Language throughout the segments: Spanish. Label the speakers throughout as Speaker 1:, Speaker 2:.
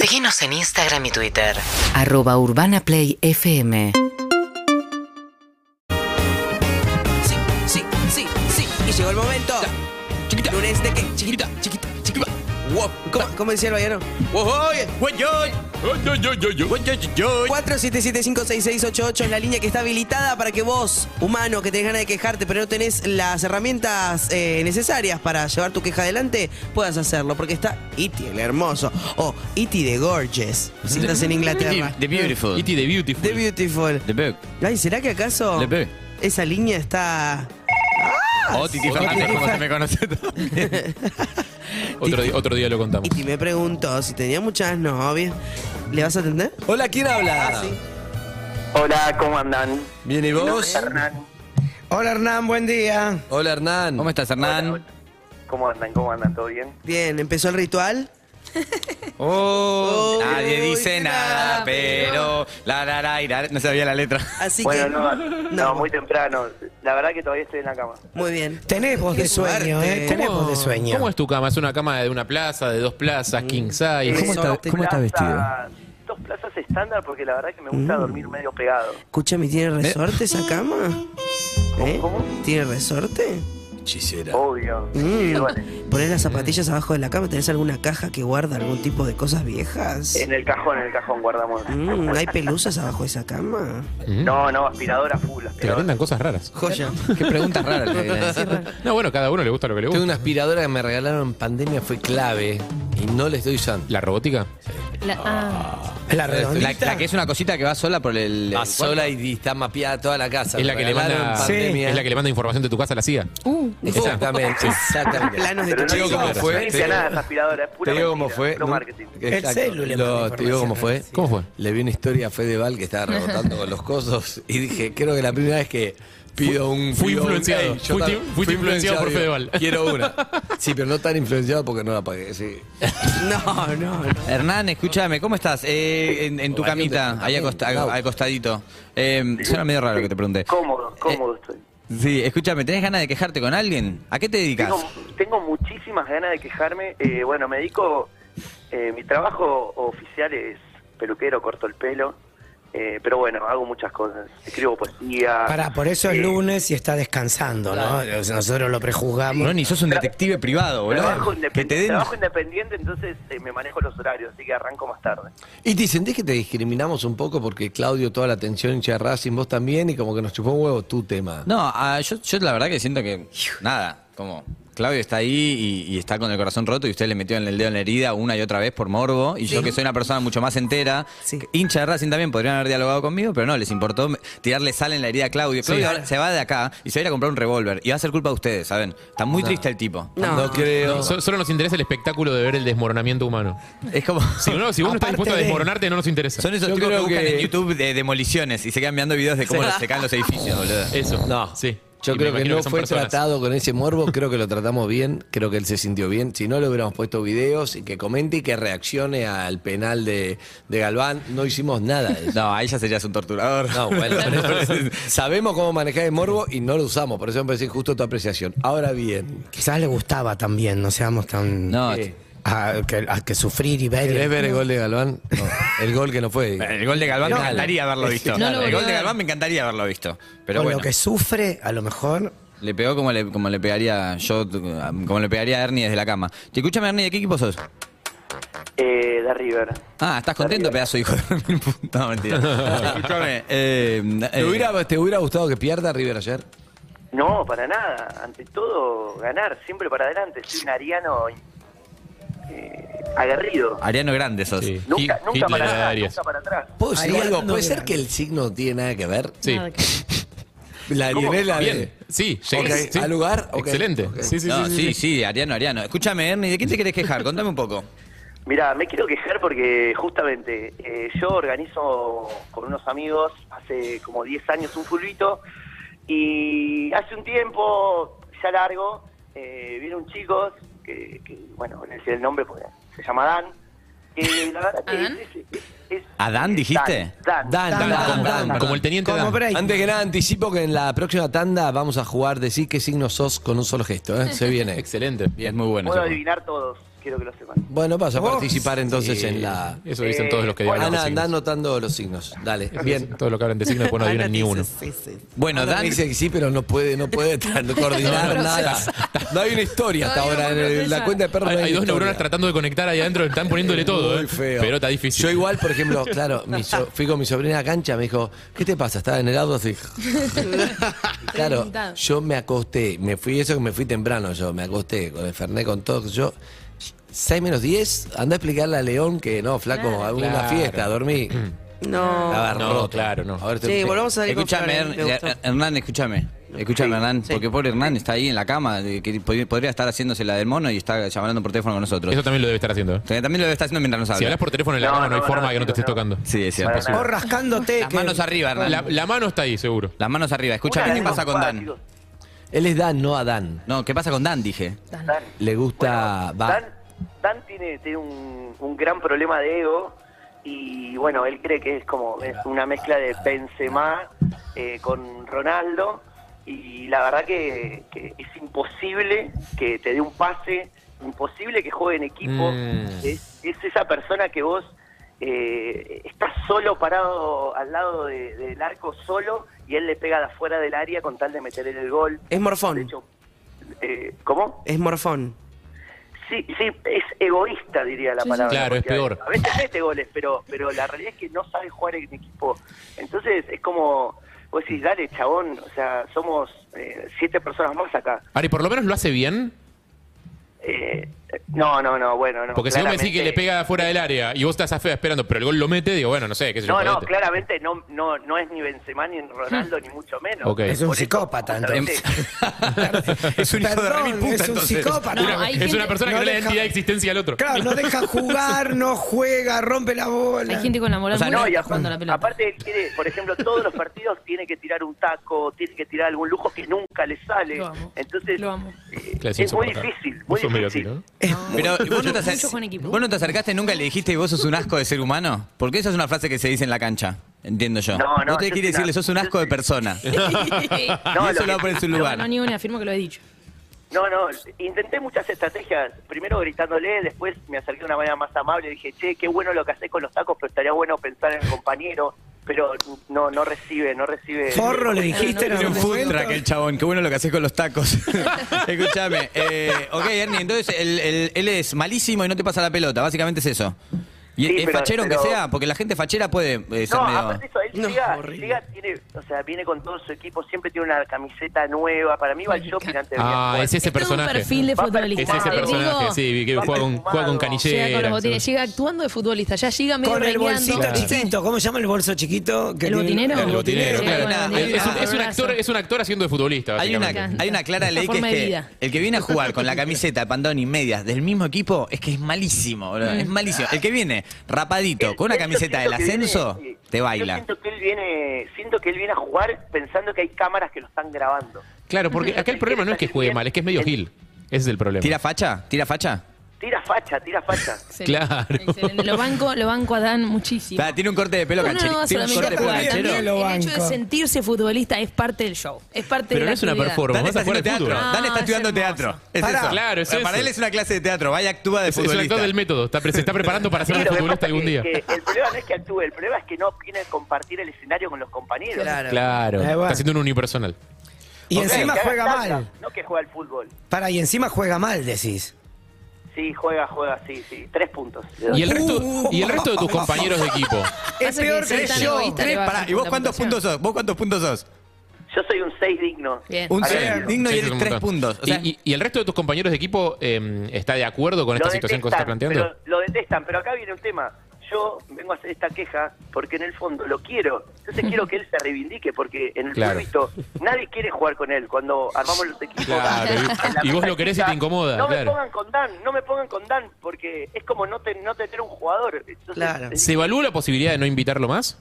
Speaker 1: Seguinos en Instagram y Twitter.
Speaker 2: Arroba Urbana Play FM.
Speaker 3: Sí, sí, sí, sí. Y llegó el momento. Chiquita. Lunes de qué? Chiquita, chiquita, chiquita. Wow. ¿Cómo, cómo decía el ballero? Wow, oye.
Speaker 4: Oye,
Speaker 3: 47756688 es la línea que está habilitada para que vos, humano, que tenés ganas de quejarte, pero no tenés las herramientas eh, necesarias para llevar tu queja adelante, puedas hacerlo, porque está Iti el hermoso, o Iti de Gorgeous, si estás en Inglaterra.
Speaker 4: The Beautiful.
Speaker 5: Iti E the Beautiful.
Speaker 3: The Beautiful.
Speaker 5: The Bug.
Speaker 3: Ay, ¿será que acaso
Speaker 5: The Bug.
Speaker 3: esa línea está... Ah,
Speaker 5: Oh, Titi Fernández, como se me conoce también. otro, di- otro día lo contamos.
Speaker 3: Iti me preguntó si tenía muchas novias. ¿Le vas a atender?
Speaker 4: Hola, ¿quién
Speaker 3: Ah,
Speaker 4: habla?
Speaker 6: Hola, ¿cómo andan?
Speaker 4: Bien, ¿y
Speaker 6: Mi nombre es
Speaker 4: vos?
Speaker 6: Hernán.
Speaker 3: Hola Hernán, buen día.
Speaker 4: Hola, Hernán.
Speaker 5: ¿Cómo estás, Hernán?
Speaker 6: ¿Cómo andan? ¿Cómo andan? ¿Todo bien?
Speaker 3: Bien, ¿empezó el ritual? Oh,
Speaker 5: Oh, nadie
Speaker 3: uy,
Speaker 5: dice
Speaker 3: qué
Speaker 5: nada,
Speaker 3: nada,
Speaker 5: pero. La, la, la, y la- no sabía la letra.
Speaker 3: Así
Speaker 6: Bueno,
Speaker 3: que...
Speaker 6: no, no, muy temprano. La verdad que todavía estoy en la cama.
Speaker 3: Muy bien.
Speaker 7: Tenés voz de
Speaker 3: Qué
Speaker 7: sueño,
Speaker 3: suerte.
Speaker 7: ¿eh? Tenés voz de sueño.
Speaker 5: ¿Cómo es tu cama? ¿Es una cama de una plaza, de dos plazas, king size?
Speaker 3: ¿Cómo
Speaker 6: Son
Speaker 3: está-
Speaker 6: dos
Speaker 3: cómo está
Speaker 6: plazas- Dos plazas estándar porque la verdad que me
Speaker 3: Mm.
Speaker 6: gusta dormir medio pegado.
Speaker 3: Escúchame, ¿tiene resorte esa cama? ¿Eh?
Speaker 6: ¿Cómo?
Speaker 3: ¿Tiene resorte?
Speaker 4: Hechicera.
Speaker 6: Obvio. Sí,
Speaker 3: Mm.
Speaker 6: duele.
Speaker 3: Ponés las zapatillas abajo de la cama. ¿Tenés alguna caja que guarda algún tipo de cosas viejas?
Speaker 6: En el cajón, en el cajón guardamos.
Speaker 3: Mm, ¿Hay pelusas abajo de esa cama?
Speaker 6: No, no, aspiradora full.
Speaker 5: Te
Speaker 6: Aspiradora.
Speaker 5: agrandan cosas raras.
Speaker 3: Joya.
Speaker 5: Oh,
Speaker 4: Qué preguntas raras. le agradezco.
Speaker 5: No, bueno, cada uno le gusta lo que le
Speaker 4: Tengo
Speaker 5: gusta.
Speaker 4: una aspiradora que me regalaron en pandemia, fue clave y no la estoy usando.
Speaker 5: ¿La robótica?
Speaker 8: La- ah,
Speaker 7: La
Speaker 4: La,
Speaker 7: redondita.
Speaker 4: que es una cosita que va sola por el. Va sola y está mapeada toda la casa.
Speaker 5: Es la,
Speaker 4: Me
Speaker 5: que le manda,
Speaker 4: regalaron en pandemia.
Speaker 5: es la que le manda información de tu casa a la CIA.
Speaker 8: uh,
Speaker 4: Exactamente, exactamente.
Speaker 3: Planos de tu
Speaker 6: Pero no
Speaker 4: Te digo
Speaker 3: chico.
Speaker 4: cómo fue,
Speaker 6: no
Speaker 4: te
Speaker 6: dice
Speaker 4: digo-
Speaker 6: nada esa aspiradora, es pura
Speaker 4: Te digo
Speaker 6: mentira,
Speaker 4: cómo fue.
Speaker 6: puro
Speaker 4: no-
Speaker 6: marketing.
Speaker 4: Exacto.
Speaker 7: celu le
Speaker 4: Lo-
Speaker 7: mandó
Speaker 4: te digo cómo fue.
Speaker 7: información.
Speaker 5: ¿Cómo fue?
Speaker 4: Le vi una historia a Fedeval que estaba rebotando con los cosos y dije, creo que la primera vez que pido un...
Speaker 5: Fui
Speaker 4: pido un-
Speaker 5: influenciado.
Speaker 4: Ey, yo
Speaker 5: Fuiste-
Speaker 4: también-
Speaker 5: fuiste influenciado por
Speaker 4: digo,
Speaker 5: Fedeval.
Speaker 4: Quiero una. Sí, pero no tan influenciado porque no la pagué, sí.
Speaker 3: No, no, no.
Speaker 9: Hernán, escúchame, ¿cómo estás? Eh, en, en tu camita, ahí acosta- al, al costadito. Eh, suena medio raro que te pregunté.
Speaker 6: Cómodo, cómodo
Speaker 4: Eh,
Speaker 6: estoy.
Speaker 9: Sí, escúchame, ¿tenés ganas de quejarte con alguien? ¿A qué te dedicas?
Speaker 6: Tengo, tengo muchísimas ganas de quejarme. Eh, bueno, me dedico. eh, mi trabajo oficial es peluquero, corto el pelo. Eh, pero bueno, hago muchas cosas. Escribo poesía.
Speaker 7: Pará, por eso es
Speaker 6: Eh,
Speaker 7: lunes y está descansando, ¿no? Nosotros lo prejuzgamos.
Speaker 9: Ronnie, sos un detective privado,
Speaker 6: Trabajo,
Speaker 9: boludo.
Speaker 6: independ-
Speaker 9: Que te den...
Speaker 6: trabajo independiente, entonces eh, me manejo los horarios, así que arranco más tarde.
Speaker 4: Y te sentís que te discriminamos un poco porque Claudio toda la atención hincha de Racing, vos también, y como que nos chupó un huevo tu tema.
Speaker 9: No, ah, yo, yo la verdad que siento que... Nada, como... Claudio está ahí y, y está con el corazón roto y usted le metió en el dedo en la herida una y otra vez por morbo. Y yo que soy una persona mucho más entera,
Speaker 3: Sí.
Speaker 9: hincha de Racing también, podrían haber dialogado conmigo, pero no, les importó me- tirarle sal en la herida a Claudio. Claudio ahora se va de acá y se va a ir a comprar un revólver y va a ser culpa de ustedes, ¿saben? Está muy triste el tipo.
Speaker 3: No.
Speaker 4: creo.
Speaker 5: So- solo nos interesa el espectáculo de ver el desmoronamiento humano.
Speaker 9: Es como...
Speaker 5: Si, no, si vos no estás
Speaker 7: Aparte
Speaker 5: dispuesto a
Speaker 7: de-
Speaker 5: desmoronarte, no nos interesa.
Speaker 9: Son esos
Speaker 4: Yo
Speaker 9: tipos que
Speaker 4: creo
Speaker 9: buscan
Speaker 4: que-
Speaker 9: en YouTube de demoliciones y se quedan mirando videos de cómo se caen los edificios, boludo.
Speaker 5: Eso.
Speaker 4: No.
Speaker 5: Sí.
Speaker 4: Yo
Speaker 5: Y me
Speaker 4: creo que
Speaker 5: imagino
Speaker 4: no
Speaker 5: son
Speaker 4: fue
Speaker 5: personas.
Speaker 4: tratado con ese morbo, creo que lo tratamos bien, creo que él se sintió bien. Si no, le hubiéramos puesto videos y que comente y que reaccione al penal de, de Galván. No hicimos nada de eso.
Speaker 9: No, ahí ya serías un torturador.
Speaker 4: No, bueno, pero eso- sabemos cómo manejar el morbo y no lo usamos, por eso me parece injusto tu apreciación. Ahora bien,
Speaker 7: Quizás le gustaba también, no seamos tan...
Speaker 9: No,
Speaker 4: eh,
Speaker 7: A, que, a que sufrir y ver... y-
Speaker 4: ¿querés ver el gol de Galván? No, el gol que no fue.
Speaker 9: el gol de Galván me encantaría haberlo
Speaker 8: No
Speaker 9: visto.
Speaker 8: lo
Speaker 9: el
Speaker 8: volvió
Speaker 9: gol
Speaker 8: a
Speaker 9: de
Speaker 8: ver.
Speaker 9: Galván me encantaría haberlo visto. Pero
Speaker 7: con
Speaker 9: bueno,
Speaker 7: lo que sufre, a lo mejor...
Speaker 9: le pegó como le, como le pegaría yo, como le pegaría a Ernie desde la cama. Che, escúchame, Ernie, ¿de qué equipo sos?
Speaker 6: Eh, de River.
Speaker 9: Ah, ¿estás contento, pedazo de hijo de No, mentira. escúchame, eh,
Speaker 4: ¿Te
Speaker 9: eh,
Speaker 4: hubiera, ¿Te hubiera gustado que pierda River ayer?
Speaker 6: No, para nada. Ante todo, ganar, siempre para adelante. Soy un ariano eh, aguerrido.
Speaker 9: Ariano Grande sos.
Speaker 5: Sí.
Speaker 6: Nunca,
Speaker 5: Ah, Hit-
Speaker 6: nunca
Speaker 5: Hitler
Speaker 6: para atrás,
Speaker 5: Arias.
Speaker 6: nunca para atrás.
Speaker 4: ¿Puedo decir
Speaker 7: Ariano
Speaker 4: algo? ¿Puede
Speaker 7: de
Speaker 4: ser
Speaker 7: Gran.
Speaker 4: que el signo no tiene nada que ver?
Speaker 5: Sí.
Speaker 8: nada que-
Speaker 4: La Lionela
Speaker 5: Bien. Sí. llegué.
Speaker 4: Ok,
Speaker 5: Sí.
Speaker 4: ¿al lugar? Ok.
Speaker 5: Excelente.
Speaker 4: Ok.
Speaker 5: Sí, sí,
Speaker 9: no,
Speaker 5: sí,
Speaker 9: sí,
Speaker 5: sí,
Speaker 9: sí, Ariano, Ariano. Escúchame, Ernie, ¿de qué te querés quejar? Contame un poco.
Speaker 6: Mira, me quiero quejar porque justamente eh, yo organizo con unos amigos hace como 10 años un fulbito y hace un tiempo, ya largo, eh, viene un chico que, que, bueno, voy a decir el nombre porque se llama Dan. que la verdad que
Speaker 8: ¿Adán?
Speaker 6: es- es- es-
Speaker 9: ¿Adán dijiste?
Speaker 6: Dan. Dan.
Speaker 4: Dan,
Speaker 5: Dan,
Speaker 4: Dan,
Speaker 5: como,
Speaker 4: Dan,
Speaker 5: como el teniente
Speaker 7: Como
Speaker 5: Dan.
Speaker 7: Brady.
Speaker 4: Antes que nada, anticipo que en la próxima tanda vamos a jugar Decí qué signo sos con un solo gesto. ¿eh? Se viene.
Speaker 5: Excelente.
Speaker 9: Es muy bueno.
Speaker 6: Puedo
Speaker 9: ese juego.
Speaker 6: adivinar todos. quiero que lo sepan.
Speaker 4: Bueno, vas a participar entonces en la.
Speaker 5: Eso dicen todos los que
Speaker 6: Bueno,
Speaker 5: hablan de
Speaker 4: Ana, anda
Speaker 5: signos.
Speaker 4: anotando los signos. Dale,
Speaker 5: Eso
Speaker 4: bien.
Speaker 5: dicen Todos los que hablan de signos después no adivinan ni uno.
Speaker 9: Bueno,
Speaker 4: Ana
Speaker 9: Dan,
Speaker 4: me dice que sí, pero no puede, no puede tra- coordinar nada. No hay una historia hasta ahora. En el- la cuenta de perro no
Speaker 5: Hay, hay dos
Speaker 4: historia.
Speaker 5: neuronas tratando de conectar ahí adentro, están poniéndole todo,
Speaker 4: Muy
Speaker 5: ¿eh?
Speaker 4: feo.
Speaker 5: Pero está difícil.
Speaker 4: Yo igual, por ejemplo, claro, mi so- fui con mi sobrina a la cancha, me dijo, ¿qué te pasa? Estaba en el auto así. claro,
Speaker 8: Preguntado.
Speaker 4: yo me acosté, me fui, eso que me fui temprano yo, me acosté con el Fernet, con todo, yo... 6 menos 10, anda a explicarle a León que no, flaco, alguna
Speaker 5: Claro.
Speaker 4: fiesta, dormí.
Speaker 3: No.
Speaker 4: Estaba
Speaker 5: No,
Speaker 4: roto.
Speaker 5: claro, no.
Speaker 4: Ahora estoy-
Speaker 3: Sí, volvamos a salir con
Speaker 9: Escúchame,
Speaker 3: Fran,
Speaker 9: Hern-
Speaker 3: me gustó.
Speaker 9: Her- Hernán, escúchame. Escúchame, Hernán, porque pobre Hernán está ahí en la cama, de que pod- podría estar haciéndose la del mono y está llamando por teléfono con nosotros.
Speaker 5: Eso también lo debe estar haciendo. ¿eh?
Speaker 9: O sea, También lo debe estar haciendo mientras nos habla.
Speaker 5: Si hablas por teléfono en la
Speaker 6: No,
Speaker 5: cama, no hay
Speaker 6: no,
Speaker 5: forma
Speaker 6: no,
Speaker 5: que no te estés
Speaker 6: no.
Speaker 5: tocando.
Speaker 9: Sí, es
Speaker 6: Para
Speaker 9: cierto.
Speaker 6: nada.
Speaker 7: O rascándote.
Speaker 9: Las
Speaker 7: que-
Speaker 9: manos arriba, Hernán.
Speaker 5: La, la mano está ahí, seguro.
Speaker 9: Las manos arriba. Escúchame,
Speaker 6: Una
Speaker 9: ¿qué
Speaker 6: de
Speaker 9: pasa
Speaker 6: las
Speaker 9: con
Speaker 6: más
Speaker 9: Dan?
Speaker 6: fáciles.
Speaker 4: Él es Dan, no a Dan.
Speaker 9: No, ¿qué pasa con Dan? Dije.
Speaker 6: Dan.
Speaker 4: Le gusta...
Speaker 6: Bueno,
Speaker 4: va.
Speaker 6: Dan, Dan tiene, tiene un, un gran problema de ego y bueno, él cree que es como es una mezcla de Benzema eh, con Ronaldo y la verdad que, que es imposible que te dé un pase, imposible que juegue en equipo, es, es esa persona que vos eh, estás solo parado al lado de- del arco solo y él le pega de afuera del área con tal de meter el gol.
Speaker 3: Es
Speaker 6: De
Speaker 3: morfón.
Speaker 6: hecho, eh, ¿cómo?
Speaker 3: Es morfón.
Speaker 6: Sí, sí, es egoísta, diría la
Speaker 8: Sí, sí.
Speaker 6: palabra.
Speaker 5: Claro, es
Speaker 6: porque a-
Speaker 5: peor.
Speaker 6: A veces mete goles, pero, pero la realidad es que no sabe jugar en equipo. Entonces es como, vos decís, dale, chabón, o sea, somos eh, siete personas más acá.
Speaker 5: Ari, por lo menos lo hace bien,
Speaker 6: Eh, no, no, no, bueno, no.
Speaker 5: porque si vos me decís que
Speaker 6: claramente-
Speaker 5: le pega fuera del área y vos estás afuera esperando, pero el gol lo mete, digo, bueno, no sé, qué sé yo.
Speaker 6: No, no,
Speaker 5: jodete.
Speaker 6: claramente no, no, no es ni Benzema ni Ronaldo, ni mucho menos.
Speaker 5: Ok.
Speaker 7: Es un
Speaker 6: Por eso,
Speaker 7: psicópata,
Speaker 6: justamente,
Speaker 9: es un hijo de
Speaker 7: Perdón,
Speaker 9: remil puta,
Speaker 7: es un
Speaker 9: entonces.
Speaker 7: psicópata.
Speaker 8: No, hay
Speaker 5: Es
Speaker 8: gente-
Speaker 5: una persona que
Speaker 7: no
Speaker 5: no le da
Speaker 7: deja-
Speaker 5: entidad de existencia al otro.
Speaker 7: Claro, no deja jugar, no juega, rompe la bola.
Speaker 8: Hay gente con la moral
Speaker 9: O sea,
Speaker 8: muy
Speaker 6: No,
Speaker 8: alta
Speaker 6: y
Speaker 8: jugando a la
Speaker 6: aparte,
Speaker 8: pelota.
Speaker 6: aparte él quiere, por ejemplo, todos los partidos tiene que tirar un taco, tiene que tirar algún lujo que nunca le sale.
Speaker 8: Lo amo,
Speaker 6: Entonces,
Speaker 8: lo amo.
Speaker 6: eh,
Speaker 5: Claro,
Speaker 6: es muy
Speaker 5: insoportable.
Speaker 6: difícil,
Speaker 5: Vos
Speaker 6: muy
Speaker 5: sos medio ¿eh? así,
Speaker 6: difícil.
Speaker 5: ¿no?
Speaker 9: Pero ¿vos no, te
Speaker 8: Mucho
Speaker 9: acer-
Speaker 8: con equipo.
Speaker 9: vos no te acercaste nunca y le dijiste que vos sos un asco de ser humano. Porque esa es una frase que se dice en la cancha. Entiendo yo.
Speaker 6: No, no,
Speaker 9: Vos tenés
Speaker 6: yo
Speaker 9: que ir y
Speaker 6: soy
Speaker 9: decirle,
Speaker 6: una-
Speaker 9: sos un
Speaker 6: yo
Speaker 9: asco de
Speaker 6: soy-
Speaker 9: persona.
Speaker 6: No,
Speaker 9: y
Speaker 6: lo
Speaker 9: eso
Speaker 6: que-
Speaker 9: lo pone en su lugar.
Speaker 8: No, ni una, afirmo que lo he dicho.
Speaker 6: No, no, intenté muchas estrategias, primero gritándole, después me acerqué de una manera más amable, dije, che, qué bueno lo que hacés con los tacos, pero estaría bueno pensar en el compañero, pero no, no recibe, no recibe.
Speaker 7: Forro le dijiste
Speaker 9: Era
Speaker 7: en
Speaker 9: un
Speaker 7: algún
Speaker 9: food
Speaker 7: momento.
Speaker 9: truck el chabón, qué bueno lo que haces con los tacos. Escúchame, eh, ok Ernie, entonces el- el- él es malísimo y no te pasa la pelota, básicamente es eso. ¿Y
Speaker 6: Sí,
Speaker 9: es
Speaker 6: pero-
Speaker 9: fachero aunque
Speaker 6: pero-
Speaker 9: sea? Porque la gente fachera puede eh, ser
Speaker 6: No,
Speaker 9: medio...
Speaker 6: aparte eso, él
Speaker 3: No,
Speaker 6: llega,
Speaker 3: horrible.
Speaker 6: llega, tiene, o sea, viene con todo su equipo, siempre tiene una camiseta nueva, para mí va al shopping antes de venir a
Speaker 5: Ah,
Speaker 6: jugar.
Speaker 5: es ese
Speaker 8: Es todo un
Speaker 5: personaje.
Speaker 8: perfil de
Speaker 6: Va
Speaker 8: futbolista.
Speaker 5: Es ese
Speaker 8: Te
Speaker 5: personaje,
Speaker 8: digo,
Speaker 5: sí, vi que
Speaker 6: Va
Speaker 5: juega con,
Speaker 6: perfumado.
Speaker 5: juega con canillera.
Speaker 8: Llega con los botines, llega actuando de futbolista, ya llega medio
Speaker 7: Con el bolsito
Speaker 8: rengueando.
Speaker 7: chiquito. ¿Cómo se llama el bolso chiquito? que
Speaker 8: ¿El
Speaker 7: tiene-
Speaker 8: botinero?
Speaker 7: El botinero,
Speaker 8: Llega
Speaker 7: claro.
Speaker 8: con el
Speaker 9: nada,
Speaker 8: botinero.
Speaker 5: Es, un, es un
Speaker 8: Abrazo.
Speaker 5: actor, es un actor haciendo de futbolista,
Speaker 9: Hay
Speaker 5: básicamente.
Speaker 9: una, hay una clara
Speaker 8: Esta
Speaker 9: ley que es
Speaker 8: forma de
Speaker 9: que
Speaker 8: vida.
Speaker 9: el que viene a jugar con la camiseta, pantalón y medias del mismo equipo es que es malísimo, boludo, es malísimo. El que viene rapadito con una
Speaker 6: Yo
Speaker 9: camiseta del
Speaker 6: siento que
Speaker 9: ascenso,
Speaker 6: viene-
Speaker 9: te
Speaker 6: Yo
Speaker 9: baila.
Speaker 6: siento que él viene, siento que él viene a jugar pensando que hay cámaras que lo están grabando.
Speaker 5: Claro, porque acá el problema no es que juegue mal, es que es medio gil. Ese es el problema.
Speaker 9: ¿Tira facha? ¿Tira facha?
Speaker 6: Tira facha, tira facha.
Speaker 8: Excelente,
Speaker 5: Claro.
Speaker 8: excelente. Lo banco, lo banco a Dan muchísimo.
Speaker 9: Ah, tiene un corte de pelo
Speaker 8: Uno no
Speaker 9: canchero.
Speaker 8: va
Speaker 9: Tiene un
Speaker 8: solamente
Speaker 9: corte
Speaker 8: a jugar,
Speaker 9: de pelo
Speaker 7: Yo
Speaker 9: canchero.
Speaker 7: también
Speaker 8: también
Speaker 7: lo
Speaker 8: el hecho de
Speaker 7: banco.
Speaker 8: sentirse futbolista es parte del show, es parte de
Speaker 5: Pero
Speaker 8: la
Speaker 5: no es una
Speaker 8: actividad.
Speaker 5: performance,
Speaker 9: Dan
Speaker 5: vas
Speaker 9: está
Speaker 5: a jugar
Speaker 9: haciendo
Speaker 5: al
Speaker 9: teatro.
Speaker 5: fútbol.
Speaker 8: Ah,
Speaker 9: Dan está
Speaker 8: es
Speaker 9: estudiando
Speaker 8: hermoso.
Speaker 9: teatro. Es
Speaker 5: Pará.
Speaker 9: eso.
Speaker 5: Claro, es
Speaker 9: Para
Speaker 5: eso.
Speaker 9: él es una clase de teatro. Vaya, actúa de
Speaker 5: Es el
Speaker 9: futbolista.
Speaker 5: actor del método. Está pre- se está preparando para ser
Speaker 6: Sí,
Speaker 5: de
Speaker 6: lo que
Speaker 5: futbolista
Speaker 6: pasa
Speaker 5: algún
Speaker 6: que-
Speaker 5: día.
Speaker 6: que el problema no es que actúe, el problema es que no viene a compartir el escenario con los compañeros.
Speaker 3: Claro.
Speaker 5: Claro.
Speaker 7: Eh, bueno.
Speaker 5: Está haciendo un unipersonal.
Speaker 7: Y
Speaker 6: Ok,
Speaker 7: encima
Speaker 6: que haga
Speaker 7: juega
Speaker 6: tanda,
Speaker 7: mal.
Speaker 6: No que juega al fútbol.
Speaker 7: Para, y encima juega mal, decís.
Speaker 6: Sí, juega, juega, sí, sí. Tres puntos.
Speaker 5: Y el resto, y el resto de tus compañeros de equipo.
Speaker 7: Es
Speaker 8: Pasa que
Speaker 7: peor
Speaker 8: ser
Speaker 7: que
Speaker 8: tan
Speaker 7: yo.
Speaker 8: egoísta
Speaker 9: Tres,
Speaker 8: le va
Speaker 9: pará,
Speaker 8: a
Speaker 9: ¿Y vos
Speaker 8: la
Speaker 9: cuántos
Speaker 8: puntuación.
Speaker 9: puntos sos? ¿Vos cuántos puntos sos?
Speaker 6: Yo soy un 6 digno.
Speaker 8: Bien.
Speaker 9: Un
Speaker 6: Acá
Speaker 9: cero
Speaker 6: digo.
Speaker 9: digno
Speaker 5: Sí,
Speaker 9: y
Speaker 5: es un
Speaker 9: el tres
Speaker 5: montón.
Speaker 9: puntos. O
Speaker 5: Y-
Speaker 9: sea,
Speaker 5: y, y el resto de tus compañeros de equipo eh, está de acuerdo con esta
Speaker 6: Lo
Speaker 5: situación que se está
Speaker 6: detestan,
Speaker 5: planteando?
Speaker 6: pero- lo detestan, pero acá viene un tema. Yo vengo a hacer esta queja porque en el fondo lo quiero. Entonces quiero que él se reivindique porque en el
Speaker 5: Claro.
Speaker 6: circuito nadie quiere jugar con él cuando armamos los equipos.
Speaker 5: Claro, y-
Speaker 6: en la
Speaker 5: y vos
Speaker 6: mesa
Speaker 5: lo querés y
Speaker 6: chica,
Speaker 5: te incomoda,
Speaker 6: No
Speaker 5: claro.
Speaker 6: me pongan con Dan, no me pongan con Dan porque es como no, te, no tener un jugador. Entonces,
Speaker 3: Claro.
Speaker 5: ¿Se evalúa la posibilidad de no invitarlo más?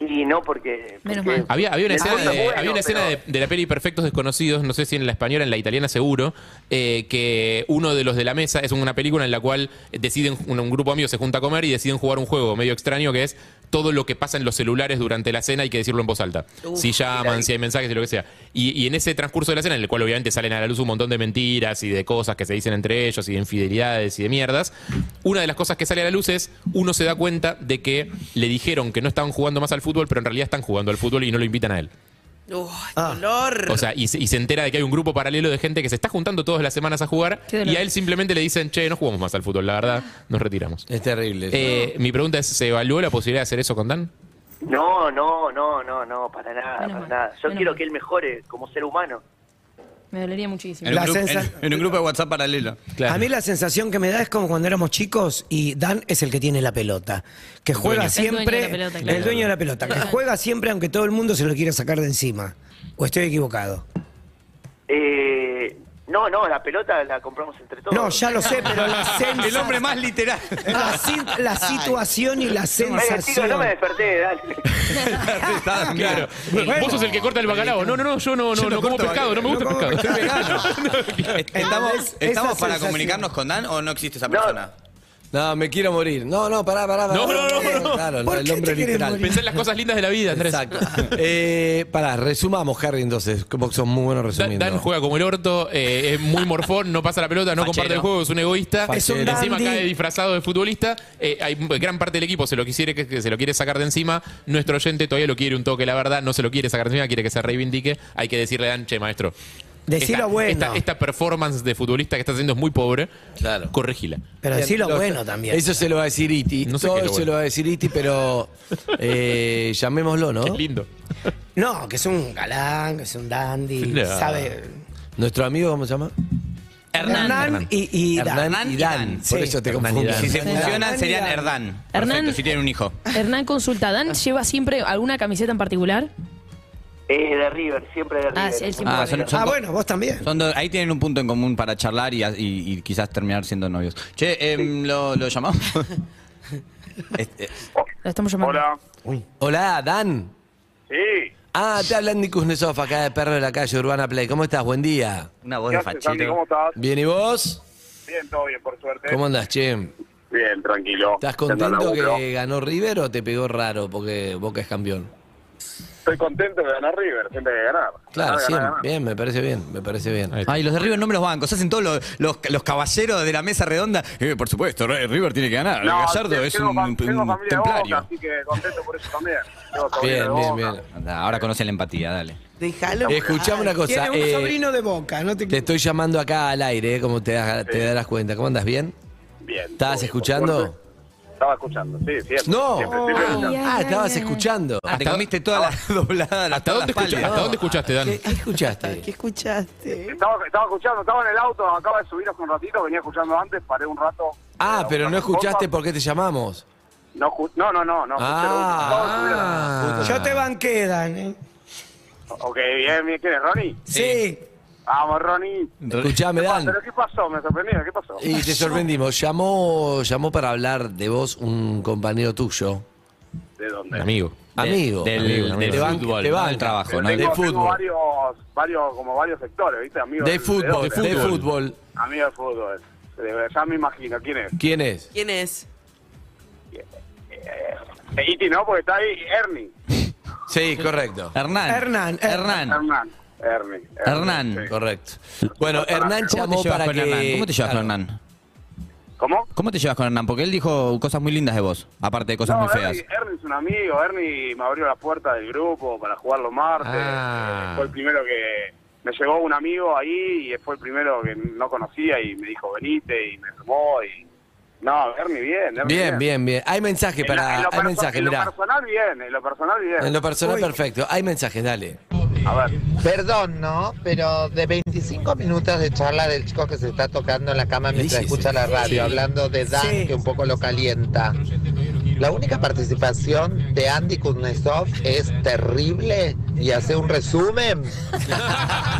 Speaker 6: Y no porque...
Speaker 8: Menos
Speaker 6: porque-
Speaker 8: mal.
Speaker 5: Había, había una
Speaker 6: Está
Speaker 5: escena, de,
Speaker 6: bueno,
Speaker 5: había una escena
Speaker 6: pero-
Speaker 5: de, de la peli Perfectos Desconocidos, no sé si en la española, en la italiana seguro, eh, que uno de los de la mesa es una película en la cual deciden, un, un grupo de amigos se junta a comer y deciden jugar un juego medio extraño que es todo lo que pasa en los celulares durante la cena hay que decirlo en voz alta. si llaman, si hay mensajes, y lo que sea. Y, y en ese transcurso de la cena, en el cual obviamente salen a la luz un montón de mentiras y de cosas que se dicen entre ellos y de infidelidades y de mierdas, una de las cosas que sale a la luz es uno se da cuenta de que le dijeron que no estaban jugando más al fútbol, pero en realidad están jugando al fútbol y no lo invitan a él.
Speaker 3: Uf,
Speaker 7: Ah.
Speaker 3: dolor.
Speaker 5: O sea, y, se- y se entera de que hay un grupo paralelo de gente que se está juntando todas las semanas a jugar
Speaker 8: Qué dolor.
Speaker 5: y a él simplemente le dicen, che, no jugamos más al fútbol, la verdad, nos retiramos.
Speaker 4: Es terrible.
Speaker 5: Eh, mi pregunta es, ¿se evaluó la posibilidad de hacer eso con Dan?
Speaker 6: No, no, no, no, no, para nada,
Speaker 8: Menos
Speaker 6: para
Speaker 8: mal,
Speaker 6: nada. Yo
Speaker 8: menos
Speaker 6: quiero
Speaker 8: mal.
Speaker 6: que él mejore como ser humano.
Speaker 8: Me dolería muchísimo.
Speaker 9: En un,
Speaker 7: La
Speaker 9: grupo,
Speaker 7: sensa-
Speaker 9: en- en un grupo de WhatsApp paralelo.
Speaker 5: Claro.
Speaker 7: A mí la sensación que me da es como cuando éramos chicos y Dan es el que tiene la pelota, que
Speaker 8: El dueño
Speaker 5: dueño.
Speaker 7: juega
Speaker 8: de
Speaker 7: siempre,
Speaker 8: la pelota, claro.
Speaker 7: el dueño de la pelota, que juega siempre aunque todo el mundo se lo quiera sacar de encima. ¿O estoy equivocado?
Speaker 6: Eh, no, no, la pelota la compramos entre todos.
Speaker 7: No, ya lo sé, pero la sensación...
Speaker 9: El hombre más literal.
Speaker 7: La, sin- la situación y la
Speaker 6: Venga, chicos,
Speaker 7: sensación.
Speaker 6: no me desperté, dale.
Speaker 5: Claro. Vos sos el que corta el bacalao. No, no, no, yo no, no, no como pescado, no me gusta el pescado.
Speaker 9: ¿Estamos,
Speaker 7: Esa
Speaker 9: estamos para
Speaker 7: sensación.
Speaker 9: comunicarnos con Dan o no existe esa
Speaker 6: No.
Speaker 9: persona?
Speaker 4: No, me quiero morir. No, no, pará, pará. pará.
Speaker 5: No, no, no, no.
Speaker 4: Claro,
Speaker 7: ¿Por
Speaker 4: el
Speaker 7: qué
Speaker 4: hombre
Speaker 7: te querés
Speaker 4: literal.
Speaker 7: morir?
Speaker 5: Pensá en las cosas lindas de la vida, Andrés.
Speaker 4: Exacto. Eh, pará, resumamos, Harry, entonces. Como son muy buenos
Speaker 5: Dan,
Speaker 4: resumiendo.
Speaker 5: Dan juega como el orto, eh, es muy morfón, no pasa la pelota, no
Speaker 9: Fachero.
Speaker 5: comparte el juego, es un egoísta.
Speaker 4: Es un
Speaker 5: encima
Speaker 7: dandy.
Speaker 5: cae disfrazado de futbolista. eh, hay gran parte del equipo se lo quisiera que, que se lo quiere sacar de encima. Nuestro oyente todavía lo quiere un toque, la verdad, no se lo quiere sacar de encima, quiere que se reivindique. Hay que decirle a Dan, che, maestro.
Speaker 7: Decilo
Speaker 5: esta,
Speaker 7: bueno.
Speaker 5: Esta, esta performance de futbolista que estás haciendo es muy pobre.
Speaker 4: Claro.
Speaker 5: Corregila.
Speaker 7: Pero decilo
Speaker 4: Lo-
Speaker 7: bueno también.
Speaker 4: Eso se lo va a decir Iti.
Speaker 5: No sé
Speaker 4: Todo
Speaker 5: qué es lo
Speaker 4: se
Speaker 5: bueno.
Speaker 4: lo va a decir Iti, pero eh, llamémoslo, ¿no?
Speaker 5: Es lindo.
Speaker 7: No, que es un galán, que es un dandy,
Speaker 5: Claro.
Speaker 7: sabe...
Speaker 4: Nuestro amigo, ¿cómo se llama?
Speaker 7: Hernán, y, y Dan.
Speaker 4: Hernán y Dan. Por
Speaker 7: Sí.
Speaker 4: eso te
Speaker 5: Hernán y
Speaker 4: confundí.
Speaker 5: Dan.
Speaker 9: Si se
Speaker 7: Hernán.
Speaker 9: fusionan
Speaker 7: Hernán
Speaker 9: serían
Speaker 7: y Dan.
Speaker 9: Hernán.
Speaker 8: Hernán-
Speaker 9: Perfecto, si tienen un hijo.
Speaker 5: Ah,
Speaker 8: Hernán consulta, ¿Dan lleva siempre alguna camiseta en particular?
Speaker 6: Eh, de River, siempre de River.
Speaker 8: Ah, sí, él siempre
Speaker 9: Ah, son-
Speaker 7: Ah, bueno, vos también.
Speaker 9: Son dos- ahí tienen un punto en común para charlar y, y- y quizás terminar siendo novios. Che, em, ¿lo, lo llamamos? Este,
Speaker 8: Lo estamos llamando.
Speaker 4: Hola, Dan.
Speaker 6: Sí.
Speaker 4: Ah, te habla Andy Kuznetsov, acá de Perro de la Calle Urbana Play. ¿Cómo estás? Buen día.
Speaker 9: una voz de fachero.
Speaker 6: estás?
Speaker 4: ¿Bien y vos?
Speaker 6: Bien, todo bien, por suerte.
Speaker 4: ¿Cómo andás, che?
Speaker 6: Bien, tranquilo.
Speaker 4: ¿Estás contento que ganó River o te pegó raro porque Boca es campeón?
Speaker 6: Estoy contento de ganar River, siempre hay que ganar.
Speaker 4: Claro, sí. Bien, me parece bien, me parece bien.
Speaker 5: Ahí está.
Speaker 9: Ay, Ah, los de River no me los bancos. Hacen todos los, los- los caballeros de la mesa redonda. Eh, por supuesto, Re- River tiene que ganar. Gallardo es un, un templario.
Speaker 6: que contento por eso también.
Speaker 4: Bien, bien, bien.
Speaker 9: Anda, Ahora conocen la empatía, dale.
Speaker 3: Déjalo.
Speaker 4: Escuchame una cosa.
Speaker 7: Tiene un
Speaker 4: eh,
Speaker 7: sobrino de boca, no te,
Speaker 4: te estoy llamando acá al aire, eh, como te, das- te darás cuenta. ¿Cómo andas? ¿Bien?
Speaker 6: Bien.
Speaker 4: ¿Estabas escuchando?
Speaker 6: Estaba escuchando, sí, siempre.
Speaker 4: No.
Speaker 6: Siempre, siempre
Speaker 8: Ay,
Speaker 6: escuchando.
Speaker 8: ay,
Speaker 4: Ah,
Speaker 8: ay,
Speaker 4: estabas
Speaker 8: ay, ay.
Speaker 4: escuchando.
Speaker 9: Ah, te comiste toda la doblada. las
Speaker 5: ¿Hasta
Speaker 9: tablas
Speaker 5: dónde, escucha-
Speaker 9: pálidas.
Speaker 5: ¿Hasta dónde escuchaste, Dan?
Speaker 4: ¿Qué, qué escuchaste?
Speaker 3: ¿Qué escuchaste?
Speaker 6: Estaba, estaba escuchando, estaba en el auto, acaba de subir hace un ratito, venía escuchando antes, paré un rato.
Speaker 4: Ah,
Speaker 6: eh,
Speaker 4: pero no
Speaker 6: algunas
Speaker 4: escuchaste
Speaker 6: cosas.
Speaker 4: por qué te llamamos.
Speaker 6: No, ju- no, no, no. no
Speaker 4: Ah,
Speaker 7: Yo te banqué, Dan. ¿eh?
Speaker 6: escuché lo- ok, bien, bien. ¿Quién es, Ronnie?
Speaker 7: Sí.
Speaker 6: Vamos, Ronnie.
Speaker 4: escuchame,
Speaker 6: Ah,
Speaker 4: Dan.
Speaker 6: ¿Pero qué pasó? Me sorprendió, ¿qué pasó?
Speaker 4: Y te sorprendimos. Llamó, llamó para hablar de vos un compañero tuyo,
Speaker 6: ¿De dónde?
Speaker 5: Amigo.
Speaker 4: amigo.
Speaker 9: del-
Speaker 4: amigo,
Speaker 9: del
Speaker 4: amigo. Te banca-
Speaker 9: fútbol,
Speaker 4: te
Speaker 9: no del
Speaker 4: banca.
Speaker 9: trabajo,
Speaker 6: Pero
Speaker 9: ¿no?
Speaker 4: de
Speaker 6: tengo, tengo
Speaker 4: fútbol.
Speaker 6: varios, varios, como varios sectores, ¿viste? Amigo
Speaker 4: De
Speaker 6: del-
Speaker 4: fútbol,
Speaker 6: dónde?
Speaker 4: de fútbol.
Speaker 6: Amigo de fútbol. De- Ya me imagino, ¿quién es?
Speaker 4: ¿Quién es?
Speaker 3: ¿Quién es?
Speaker 6: Eh, Iti, ¿no? Porque está ahí Ernie.
Speaker 4: Sí, correcto.
Speaker 9: Hernán.
Speaker 7: Hernán,
Speaker 9: Hernán.
Speaker 6: Hernán. Ernie.
Speaker 9: Hernán.
Speaker 6: sí.
Speaker 4: Correcto. Bueno, Hernán
Speaker 9: ¿Cómo te
Speaker 4: llamó
Speaker 9: llevas
Speaker 4: para
Speaker 9: con
Speaker 4: que...
Speaker 9: Hernán? ¿Cómo te llevas
Speaker 4: Claro.
Speaker 9: con Hernán?
Speaker 6: ¿Cómo?
Speaker 9: ¿Cómo te llevas con Hernán? Porque él dijo cosas muy lindas de vos, aparte de cosas
Speaker 6: No,
Speaker 9: muy feas.
Speaker 6: Ernie, Ernie es un amigo. Ernie me abrió la puerta del grupo para jugar los martes.
Speaker 5: Ah.
Speaker 6: Eh, Fue el primero que me llegó un amigo ahí y fue el primero que no conocía y me dijo venite y me tomó y... No, Ernie bien. Ernie
Speaker 4: Bien, bien, bien. Hay mensaje
Speaker 6: En la-
Speaker 4: para...
Speaker 6: en lo
Speaker 4: Hay
Speaker 6: perso-
Speaker 4: mensaje,
Speaker 6: en lo
Speaker 4: mirá.
Speaker 6: personal bien, en lo personal bien.
Speaker 4: En lo personal, perfecto. Hay mensajes, dale.
Speaker 6: A ver.
Speaker 10: Perdón, ¿no? Pero de 25 minutos de charla del chico que se está tocando en la cama mientras
Speaker 4: Sí, sí,
Speaker 10: escucha la radio,
Speaker 4: Sí.
Speaker 10: hablando de Dan,
Speaker 7: Sí.
Speaker 10: que un poco lo calienta. La única participación de Andy Kuznetsov es terrible y hace un resumen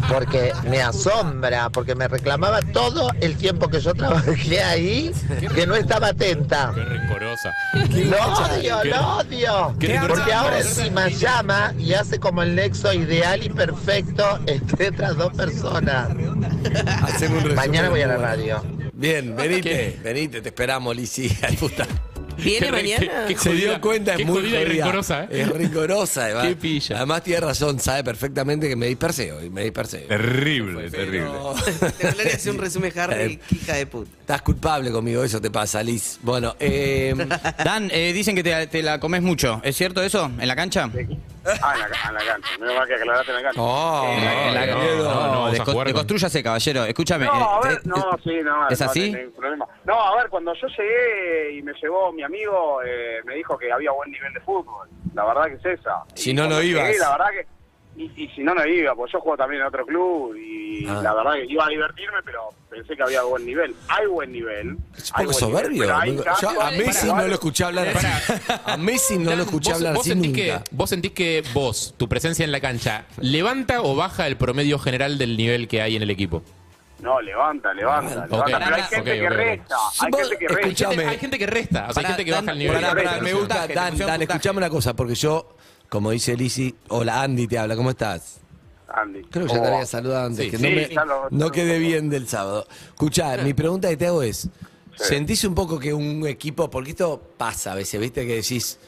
Speaker 10: porque me asombra, porque me reclamaba todo el tiempo que yo trabajé ahí que no estaba atenta.
Speaker 5: Qué rencorosa.
Speaker 10: Lo odio, lo odio.
Speaker 5: qué rico.
Speaker 10: Porque ahora encima llama y hace como el nexo ideal y perfecto entre otras dos personas.
Speaker 4: Hacemos un resumen.
Speaker 10: Mañana voy a la radio.
Speaker 4: Bien, venite, venite, te esperamos, Lisi. Al puta.
Speaker 3: ¿Viene
Speaker 5: Qué re-
Speaker 3: mañana?
Speaker 5: qué- qué
Speaker 4: Se dio
Speaker 5: jodida-
Speaker 4: cuenta, es
Speaker 5: qué
Speaker 4: muy
Speaker 5: jodida y rencorosa. ¿eh?
Speaker 4: Es rencorosa, además.
Speaker 5: Qué pilla.
Speaker 4: Además tiene razón, sabe perfectamente que me dispersé hoy, me dispersé.
Speaker 6: Terrible, terrible.
Speaker 3: Te Flores hace un resumen Harry, qué hija de puta.
Speaker 4: Estás culpable conmigo, eso te pasa, Liz. Bueno, eh,
Speaker 9: Dan, eh, dicen que te, te la comes mucho. ¿Es cierto eso? ¿En la cancha?
Speaker 6: Ah, en la, ca- en la cancha. Menos mal que aclaraste en la cancha.
Speaker 4: no,
Speaker 9: En la-
Speaker 5: no, no, no, vas a
Speaker 9: desco-
Speaker 5: jugar con-
Speaker 9: desconstrúyase, caballero. Escúchame.
Speaker 6: No, a
Speaker 9: eh,
Speaker 6: ver,
Speaker 9: te-
Speaker 6: no,
Speaker 9: te-
Speaker 6: sí, no.
Speaker 9: ¿Es
Speaker 6: no,
Speaker 9: así?
Speaker 6: No, hay problema. no, a ver, cuando yo llegué y me llegó mi amigo, eh, me dijo que había buen nivel de fútbol. La verdad que es esa.
Speaker 4: Si
Speaker 6: Y
Speaker 4: no, no
Speaker 6: cuando llegué,
Speaker 4: ibas.
Speaker 6: la verdad que... Y, y si no, no iba, porque yo juego también en otro club y
Speaker 4: Ah.
Speaker 6: la verdad que iba a divertirme, pero pensé que había buen nivel. Hay buen nivel.
Speaker 4: Es
Speaker 6: hay
Speaker 4: un poco
Speaker 6: buen nivel,
Speaker 4: soberbio.
Speaker 6: pero hay
Speaker 4: amigo.
Speaker 6: cambios-
Speaker 4: Yo a Messi
Speaker 6: Pará,
Speaker 4: no lo escuché hablar así. A Messi no
Speaker 5: Dan,
Speaker 4: lo escuché
Speaker 5: vos-
Speaker 4: hablar
Speaker 5: vos
Speaker 4: así
Speaker 5: sentís
Speaker 4: nunca.
Speaker 5: Que, ¿Vos sentís que vos, tu presencia en la cancha, levanta o baja el promedio general del nivel que hay en el equipo?
Speaker 6: No, levanta, levanta.
Speaker 4: Ah,
Speaker 5: Ok.
Speaker 6: levanta. Pero hay
Speaker 9: Ok,
Speaker 6: gente
Speaker 5: ok,
Speaker 6: que
Speaker 5: ok.
Speaker 6: resta. Hay
Speaker 4: Vos
Speaker 6: gente que resta.
Speaker 4: escuchá- Escuchame.
Speaker 5: Hay gente que resta, o sea,
Speaker 9: Pará,
Speaker 5: hay gente que
Speaker 9: Dan,
Speaker 5: baja el nivel.
Speaker 9: pará,
Speaker 4: Pará, pará,
Speaker 9: Pero
Speaker 4: me
Speaker 9: no sé.
Speaker 4: gusta,
Speaker 9: Puntaje,
Speaker 4: Dan,
Speaker 9: discusión,
Speaker 4: Dan,
Speaker 9: puntaje.
Speaker 4: escuchame una cosa, porque yo, como dice Lizzy, hola Andy te habla, ¿cómo estás?
Speaker 6: Andy.
Speaker 4: Creo que ya
Speaker 6: ¿cómo
Speaker 4: te
Speaker 6: va?
Speaker 4: había saludado antes,
Speaker 5: Sí,
Speaker 4: que
Speaker 5: sí,
Speaker 4: no, me-
Speaker 6: ya lo-
Speaker 4: no quedé bien del sábado. Escuchá, mi pregunta que te hago es, ¿sentís un poco que un equipo, porque esto pasa a veces, viste que decís,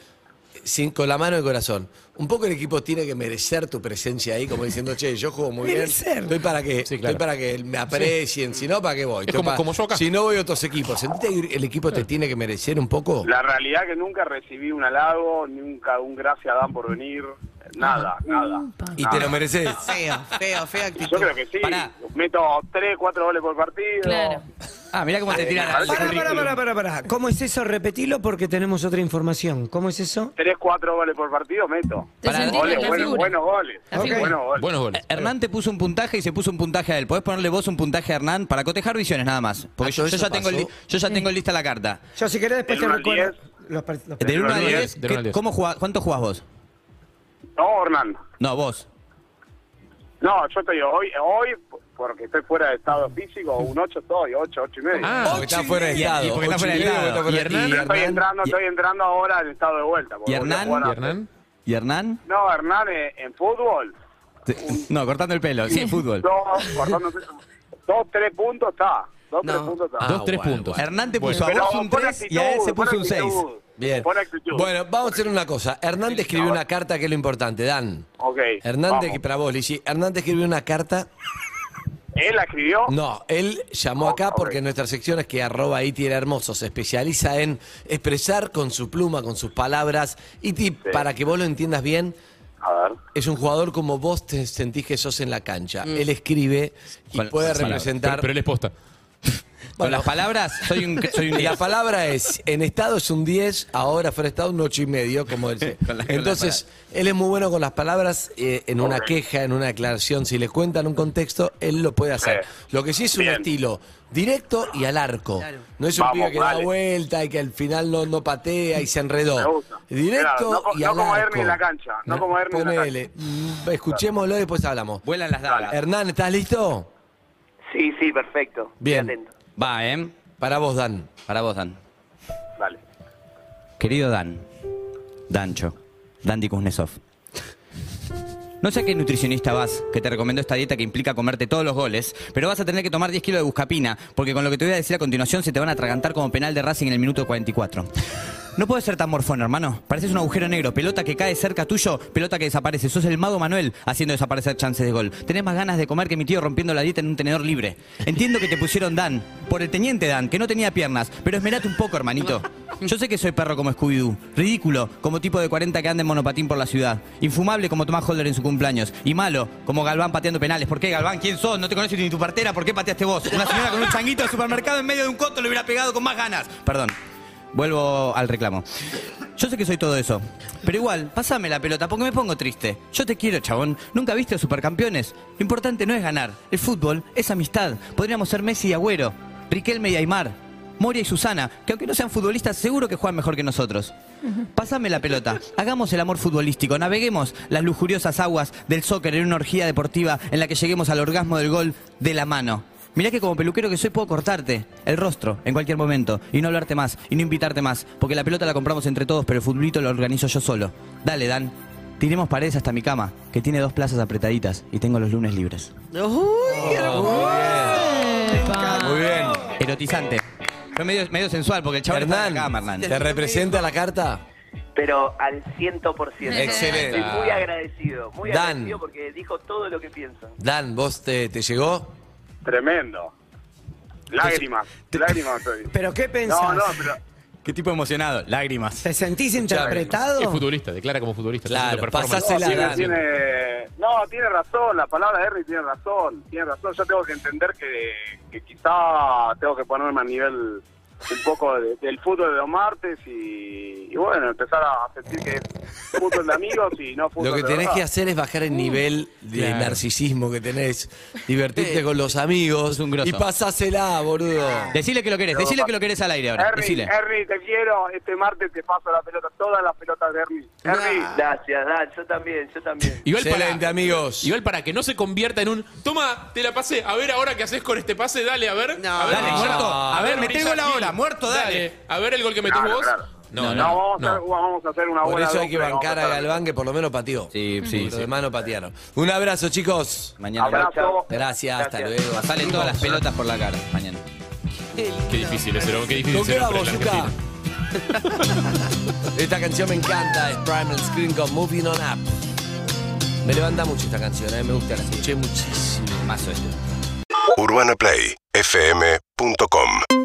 Speaker 4: sin, con la mano del corazón, un poco el equipo tiene que merecer tu presencia ahí, como diciendo, che, yo juego muy bien, estoy para que,
Speaker 5: Sí, claro.
Speaker 4: estoy para que me aprecien, si no, ¿para qué voy?
Speaker 5: Es
Speaker 4: Estoy
Speaker 5: como-
Speaker 4: pa-
Speaker 5: como yo acá.
Speaker 4: Si no voy a otros equipos, ¿sentiste que el equipo te tiene que merecer un poco?
Speaker 6: La realidad que nunca recibí un halago, nunca un gracias Dan por venir, nada, nada.
Speaker 4: Y te lo mereces.
Speaker 3: Feo, feo, fea actitud.
Speaker 6: Yo creo que sí,
Speaker 9: Pará.
Speaker 6: meto 3, 4 goles por partido.
Speaker 11: Claro.
Speaker 9: Ah, mirá cómo te tiran al
Speaker 7: Pará, pará,
Speaker 9: currículum.
Speaker 7: pará, pará, pará. ¿Cómo es eso? Repetilo porque tenemos otra información. ¿Cómo es eso?
Speaker 6: 3, 4 goles por partido, meto.
Speaker 11: Te
Speaker 9: Pará,
Speaker 11: sentís
Speaker 6: Goles,
Speaker 11: la
Speaker 6: buenos,
Speaker 11: figura.
Speaker 6: buenos goles.
Speaker 11: La figura.
Speaker 6: Buenos goles.
Speaker 5: Buenos goles.
Speaker 9: Eh, Hernán te puso un puntaje y se puso un puntaje a él. ¿Podés ponerle vos un puntaje a Hernán para cotejar visiones nada más? Porque
Speaker 4: Ah,
Speaker 9: yo,
Speaker 4: ¿todo
Speaker 9: yo
Speaker 4: eso
Speaker 9: ya tengo, li-
Speaker 4: pasó?
Speaker 9: yo ya tengo lista la carta.
Speaker 7: Yo, si querés,
Speaker 6: Del
Speaker 7: después te
Speaker 6: uno al
Speaker 7: recuerdo.
Speaker 6: diez.
Speaker 7: Los par- los
Speaker 9: Del 1 al
Speaker 5: uno al
Speaker 9: 10,
Speaker 5: diez, del uno al diez.
Speaker 9: ¿cómo jugás- ¿cuánto jugás vos?
Speaker 6: No, Hernán.
Speaker 9: No, vos.
Speaker 6: No, yo estoy hoy, hoy porque estoy fuera de estado físico, un 8 estoy, 8, 8 y medio.
Speaker 5: Ah,
Speaker 4: porque está fuera de
Speaker 9: y-
Speaker 4: estado.
Speaker 9: y porque está fuera de
Speaker 4: Ocho y medio,
Speaker 9: estado.
Speaker 4: porque está
Speaker 5: Y
Speaker 4: fuera de-
Speaker 5: Hernán-
Speaker 4: y
Speaker 6: estoy entrando,
Speaker 9: y-
Speaker 6: estoy entrando ahora en estado de vuelta. porque
Speaker 9: ¿Y
Speaker 6: volví a
Speaker 9: Hernán?
Speaker 6: jugar
Speaker 5: ¿Y
Speaker 6: a-
Speaker 5: Hernán?
Speaker 9: ¿Y Hernán?
Speaker 6: No, Hernán eh, en fútbol.
Speaker 9: Te- No, cortando el pelo. Sí, fútbol.
Speaker 6: Dos, cortándose- dos, tres puntos está. Dos,
Speaker 3: No.
Speaker 6: tres puntos
Speaker 4: Ah,
Speaker 6: está.
Speaker 5: Ah, Dos, tres puntos.
Speaker 9: Hernán te
Speaker 5: Bueno.
Speaker 9: puso a
Speaker 6: Pero
Speaker 9: vos un
Speaker 6: pon
Speaker 9: 3 y a él se
Speaker 6: actitud,
Speaker 9: puso
Speaker 6: pon
Speaker 9: un 6.
Speaker 6: actitud,
Speaker 4: Bien.
Speaker 6: pon actitud.
Speaker 4: Bueno, vamos a hacer una cosa. Hernán te escribió una carta que es lo importante, Dan.
Speaker 6: Ok,
Speaker 4: Hernán te-
Speaker 6: vamos.
Speaker 4: para vos, Lichi. Hernán te escribió una carta.
Speaker 6: ¿Él la escribió?
Speaker 4: No, él llamó
Speaker 6: Oh,
Speaker 4: acá
Speaker 6: ok.
Speaker 4: porque nuestra sección es que arroba Iti era hermoso. Se especializa en expresar con su pluma, con sus palabras. Iti, para que vos lo entiendas bien,
Speaker 6: A ver.
Speaker 4: es un jugador como vos te sentís que sos en la cancha. Él escribe y
Speaker 9: Mm. Con- con
Speaker 4: puede
Speaker 9: sus palabras.
Speaker 4: representar.
Speaker 5: Pero, pero él es posta.
Speaker 9: Con las palabras, soy un soy un
Speaker 4: Y la
Speaker 9: 10.
Speaker 4: palabra es, en estado es un 10, ahora fuera de estado un 8 y medio, como él. dice.
Speaker 9: Con la- con
Speaker 4: Entonces, él es muy bueno con las palabras, eh, en una queja, en una declaración, si le cuentan un contexto, él lo puede hacer.
Speaker 6: Sí.
Speaker 4: Lo que sí es un
Speaker 6: Bien.
Speaker 4: estilo directo y al arco. No es un
Speaker 6: Vamos,
Speaker 4: pibe que da
Speaker 6: dale.
Speaker 4: vuelta y que al final no, no patea y se
Speaker 6: Me
Speaker 4: enredó.
Speaker 6: gusta.
Speaker 4: Directo
Speaker 6: Claro, no co-
Speaker 4: y
Speaker 6: no
Speaker 4: al
Speaker 6: como
Speaker 4: arco.
Speaker 6: Ernie en la cancha, no como Ernie en la
Speaker 4: Ponele. Mm, Escuchémoslo y después hablamos.
Speaker 9: Vuelan las dagas.
Speaker 4: Hernán, ¿estás listo?
Speaker 12: Sí, sí, perfecto.
Speaker 4: Bien.
Speaker 12: Estoy atento.
Speaker 9: Va, ¿eh?
Speaker 4: Para vos, Dan.
Speaker 9: Para vos, Dan.
Speaker 6: Dale.
Speaker 9: Querido Dan, Dancho, Dandy Kuznetsov. No sé a qué nutricionista vas que te recomendó esta dieta que implica comerte todos los goles, pero vas a tener que tomar 10 kilos de buscapina, porque con lo que te voy a decir a continuación se te van a atragantar como penal de Racing en el minuto 44. No puedes ser tan morfón, hermano. Pareces un agujero negro, pelota que cae cerca tuyo, pelota que desaparece. Sos el mago Manuel haciendo desaparecer chances de gol. Tenés más ganas de comer que mi tío rompiendo la dieta en un tenedor libre. Entiendo que te pusieron Dan, por el teniente Dan, que no tenía piernas, pero esmerate un poco, hermanito. Yo sé que soy perro como Scooby-Doo, ridículo como tipo de 40 que anda en monopatín por la ciudad, infumable como Tomás Holder en su cumpleaños y malo como Galván pateando penales. ¿Por qué, Galván? ¿Quién sos? No te conoces ni tu partera. ¿Por qué pateaste vos? Una señora con un changuito de supermercado en medio de un coto le hubiera pegado con más ganas. Perdón. Vuelvo al reclamo. Yo sé que soy todo eso, pero igual, pasame la pelota porque me pongo triste. Yo te quiero, chabón. Nunca viste a supercampeones. Lo importante no es ganar. El fútbol es amistad. Podríamos ser Messi y Agüero, Riquelme y Aymar, Moria y Susana, que aunque no sean futbolistas, seguro que juegan mejor que nosotros. Pásame la pelota. Hagamos el amor futbolístico. Naveguemos las lujuriosas aguas del soccer en una orgía deportiva en la que lleguemos al orgasmo del gol de la mano. Mirá que como peluquero que soy puedo cortarte el rostro en cualquier momento y no hablarte más y no invitarte más, porque la pelota la compramos entre todos, pero el futbolito lo organizo yo solo. Dale, Dan. Tiremos paredes hasta mi cama, que tiene dos plazas apretaditas y tengo los lunes libres.
Speaker 3: Uy, qué hermoso.
Speaker 4: Muy bien.
Speaker 9: Erotizante. Fue medio, medio sensual porque el chaval está en la cama, Hernán.
Speaker 4: ¿te representa la carta?
Speaker 3: Pero al 100%.
Speaker 4: Excelente.
Speaker 3: Estoy muy agradecido, muy
Speaker 4: Dan.
Speaker 3: agradecido porque dijo todo lo que pienso.
Speaker 4: Dan, ¿vos te, te llegó?
Speaker 6: Tremendo. Lágrimas, lágrimas estoy.
Speaker 7: ¿Pero qué pensás?
Speaker 6: No, no, pero
Speaker 9: ¿Qué tipo emocionado? Lágrimas.
Speaker 7: ¿Te sentís
Speaker 5: Es
Speaker 7: interpretado?
Speaker 5: futbolista, declara como futbolista. está
Speaker 4: Claro,
Speaker 5: haciendo performance.
Speaker 4: pasásela,
Speaker 6: tiene,
Speaker 4: Dan.
Speaker 6: tiene- no, tiene razón, la palabra de Henry tiene razón, tiene razón, yo tengo que entender que, que quizá tengo que ponerme a nivel un poco de- del fútbol de los martes y, y bueno, empezar a sentir que es fútbol de amigos y no fútbol
Speaker 4: Lo que
Speaker 6: de
Speaker 4: tenés
Speaker 6: verdad. Uh,
Speaker 4: que hacer es bajar el nivel de
Speaker 5: Claro.
Speaker 4: narcisismo que tenés, divertirte con los amigos
Speaker 9: un grosso.
Speaker 4: y pasásela, boludo.
Speaker 9: Decile que lo querés, decile que lo querés al aire ahora.
Speaker 6: Henry,
Speaker 9: Decile.
Speaker 6: Henry, te quiero, este martes te paso la pelota, todas las pelotas de Henry. Henry,
Speaker 3: Gracias, Dan, yo también, yo también.
Speaker 5: Igual
Speaker 4: Excelente,
Speaker 5: para,
Speaker 4: amigos.
Speaker 5: igual para que no se convierta en un. Toma, te la pasé. A ver ahora qué haces con este pase. Dale, a ver.
Speaker 13: No.
Speaker 5: a ver,
Speaker 9: Dale,
Speaker 5: brilla.
Speaker 9: muerto. A ver,
Speaker 5: ver,
Speaker 9: meté
Speaker 5: brilla
Speaker 9: gol
Speaker 5: Gil.
Speaker 9: ahora, muerto, dale.
Speaker 5: A ver el gol que metés
Speaker 6: Claro,
Speaker 5: vos.
Speaker 6: claro.
Speaker 5: No, no,
Speaker 6: no, vamos, A,
Speaker 5: no.
Speaker 6: hacer- vamos a hacer una
Speaker 4: Por
Speaker 6: buena
Speaker 4: eso hay que
Speaker 6: dupla, vamos a
Speaker 4: bancar a
Speaker 6: hacer-
Speaker 4: Galván, que por lo menos pateó.
Speaker 9: Sí, sí,
Speaker 4: Los
Speaker 9: sí.
Speaker 4: demás no patearon. Un abrazo, chicos.
Speaker 9: Mañana.
Speaker 6: Abrazo.
Speaker 3: Chao.
Speaker 4: Gracias, hasta
Speaker 3: Gracias.
Speaker 4: luego.
Speaker 9: Salen todas las pelotas por la cara mañana.
Speaker 5: Qué difícil es, pero qué difícil
Speaker 4: ¿Con qué
Speaker 5: será para
Speaker 4: vamos,
Speaker 5: el
Speaker 4: Zuka?
Speaker 5: argentino.
Speaker 4: Esta canción me encanta, es Primal Screen con Moving On Up. Me levanta mucho esta canción, eh, me gusta, la escuché muchísimo.
Speaker 9: Mazo este.
Speaker 14: UrbanaPlayFM.com